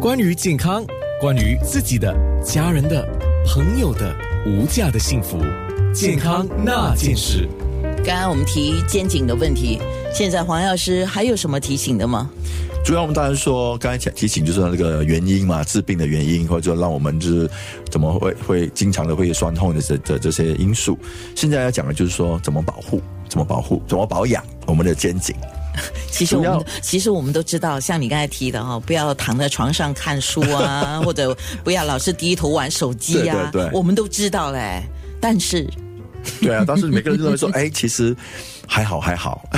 关于健康，关于自己的、家人的、朋友的无价的幸福，健康那件事。刚刚我们提肩颈的问题，现在黄药师还有什么提醒的吗？主要我们当然说，刚才讲提醒就是那个原因嘛，治病的原因，或者让我们就是怎么会会经常的会酸痛的这这这些因素。现在要讲的就是说怎么保护，怎么保护，怎么保养我们的肩颈。其实我主们要其实我们都知道，像你刚才提的哈、不要躺在床上看书 啊，或者不要老是低头玩手机呀、对对对我们都知道嘞。但是对啊，但是每个人都会 说，哎，其实还好还好。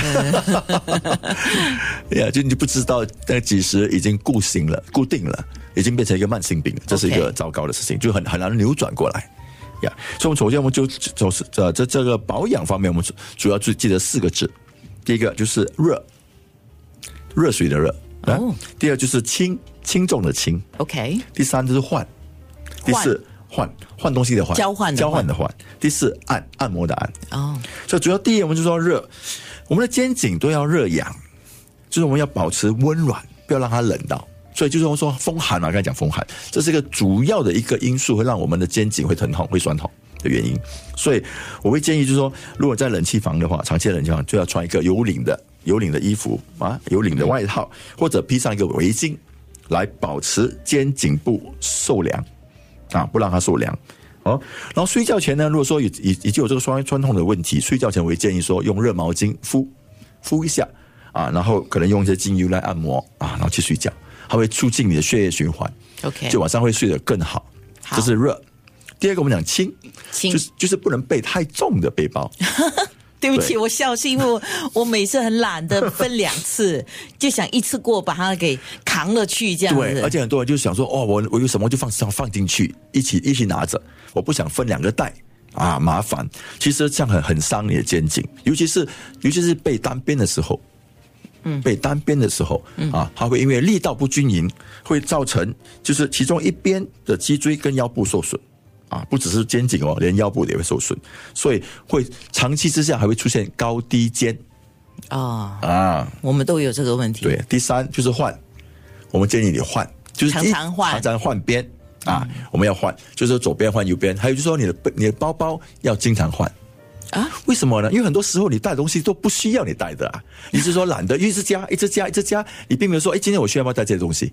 呀，就你就不知道那几时已经固性了，固定了，已经变成一个慢性病了，这是一个 OK 糟糕的事情，就很很难扭转过来。呀，所以我们首先我们就就是呃这这个保养方面，我们主主要就记得四个字，第一个就是热，热水的热啊哦第二就是轻轻重的轻， ，OK，第三就是换，第四换换东西的换，交换的换交换的换，第四按按摩的按。哦，所以主要第一，我们就说热，我们的肩颈都要热养，就是我们要保持温暖，不要让它冷到。所以就是我说风寒嘛，刚才讲风寒，这是一个主要的一个因素，会让我们的肩颈会疼痛、会酸痛的原因。所以我会建议，就是说，如果在冷气房的话，长期的冷气房就要穿一个有领的、有领的衣服啊，有领的外套，或者披上一个围巾，来保持肩颈部受凉。啊，不让它受凉。哦，然后睡觉前呢，如果说已已已经有这个酸酸痛的问题，睡觉前我会建议说用热毛巾敷敷一下啊，然后可能用一些精油来按摩啊，然后去睡觉，它会促进你的血液循环 OK 就晚上会睡得更好。好这是热。第二个我们讲轻，轻就是就是不能背太重的背包。对不起，对我笑是因为我我每次很懒的分两次， 就想一次过把它给扛了去这样对，子。而且很多人就想说，哦，我我有什么就放放放进去，一起一起拿着，我不想分两个袋啊，麻烦。其实这样很很伤你的肩颈，尤其是尤其是背单边的时候，嗯，背单边的时候嗯啊，它会因为力道不均匀，会造成就是其中一边的脊椎跟腰部受损。啊，不只是肩颈哦，连腰部也会受损，所以会长期之下还会出现高低肩哦，啊，我们都有这个问题。对，第三就是换，我们建议你换，就是常一常换嗯常常换边啊，我们要换，就是说左边换右边，还有就是说你的背你的包包要经常换。啊，为什么呢？因为很多时候你带的东西都不需要你带的啊，你是说懒得 一直加，一直加，一直加，你并没有说，哎，今天我需要不要带这些东西，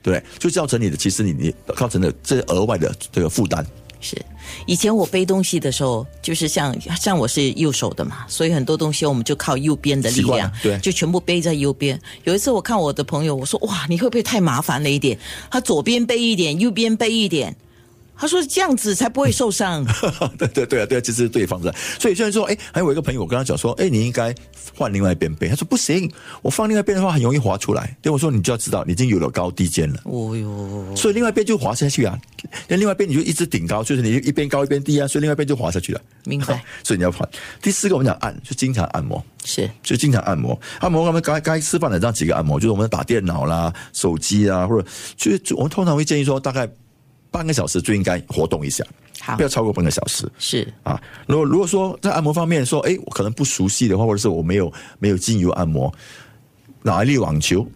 对不对？就造成你的，其实你你造成的这额外的这个负担。是，以前我背东西的时候，就是像像我是右手的嘛，所以很多东西我们就靠右边的力习惯量了，对就全部背在右边。有一次我看我的朋友，我说哇，你会不会太麻烦了一点？他左边背一点，右边背一点。他说这样子才不会受 伤。对对对啊，对啊，这是对方的。所以有些人说，哎，还有我一个朋友，我跟他讲说，哎，你应该换另外一边背。他说不行，我放另外一边的话很容易滑出来。对我说，你就要知道，你已经有了高低肩了，哦哟，所以另外一边就滑下去啊。那另外一边你就一直顶高，就是你一边高一边低啊，所以另外一边就滑下去了。明白 所以你要换。第四个我们讲按，就经常按摩。是就经常按摩，按摩我们该该示范的这样几个按摩，就是我们打电脑啦、手机啊，或者就是就我们通常会建议说，大概半个小时就应该活动一下，好不要超过半个小时。是啊，如果如果说在按摩方面说，哎，我可能不熟悉的话，或者是我没有没有精油按摩，拿一粒网球，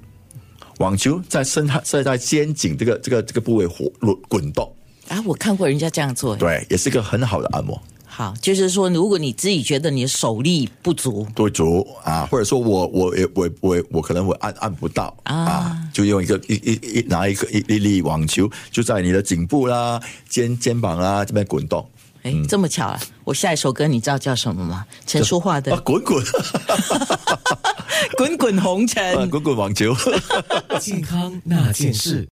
网球在身在在肩颈这个这个这个部位活滚滚动，啊，我看过人家这样做。对，也是一个很好的按摩。好，就是说，如果你自己觉得你的手力不足，多足啊，或者说我我也我我我可能我按按不到啊啊就用一个一一一拿一个一一粒网球，就在你的颈部啦、肩肩膀啦这边滚动，哎，嗯这么巧啊！我下一首歌你知道叫什么吗？陈淑桦的啊《滚滚滚滚红尘》哦 啊。滚滚网球。健康那件事。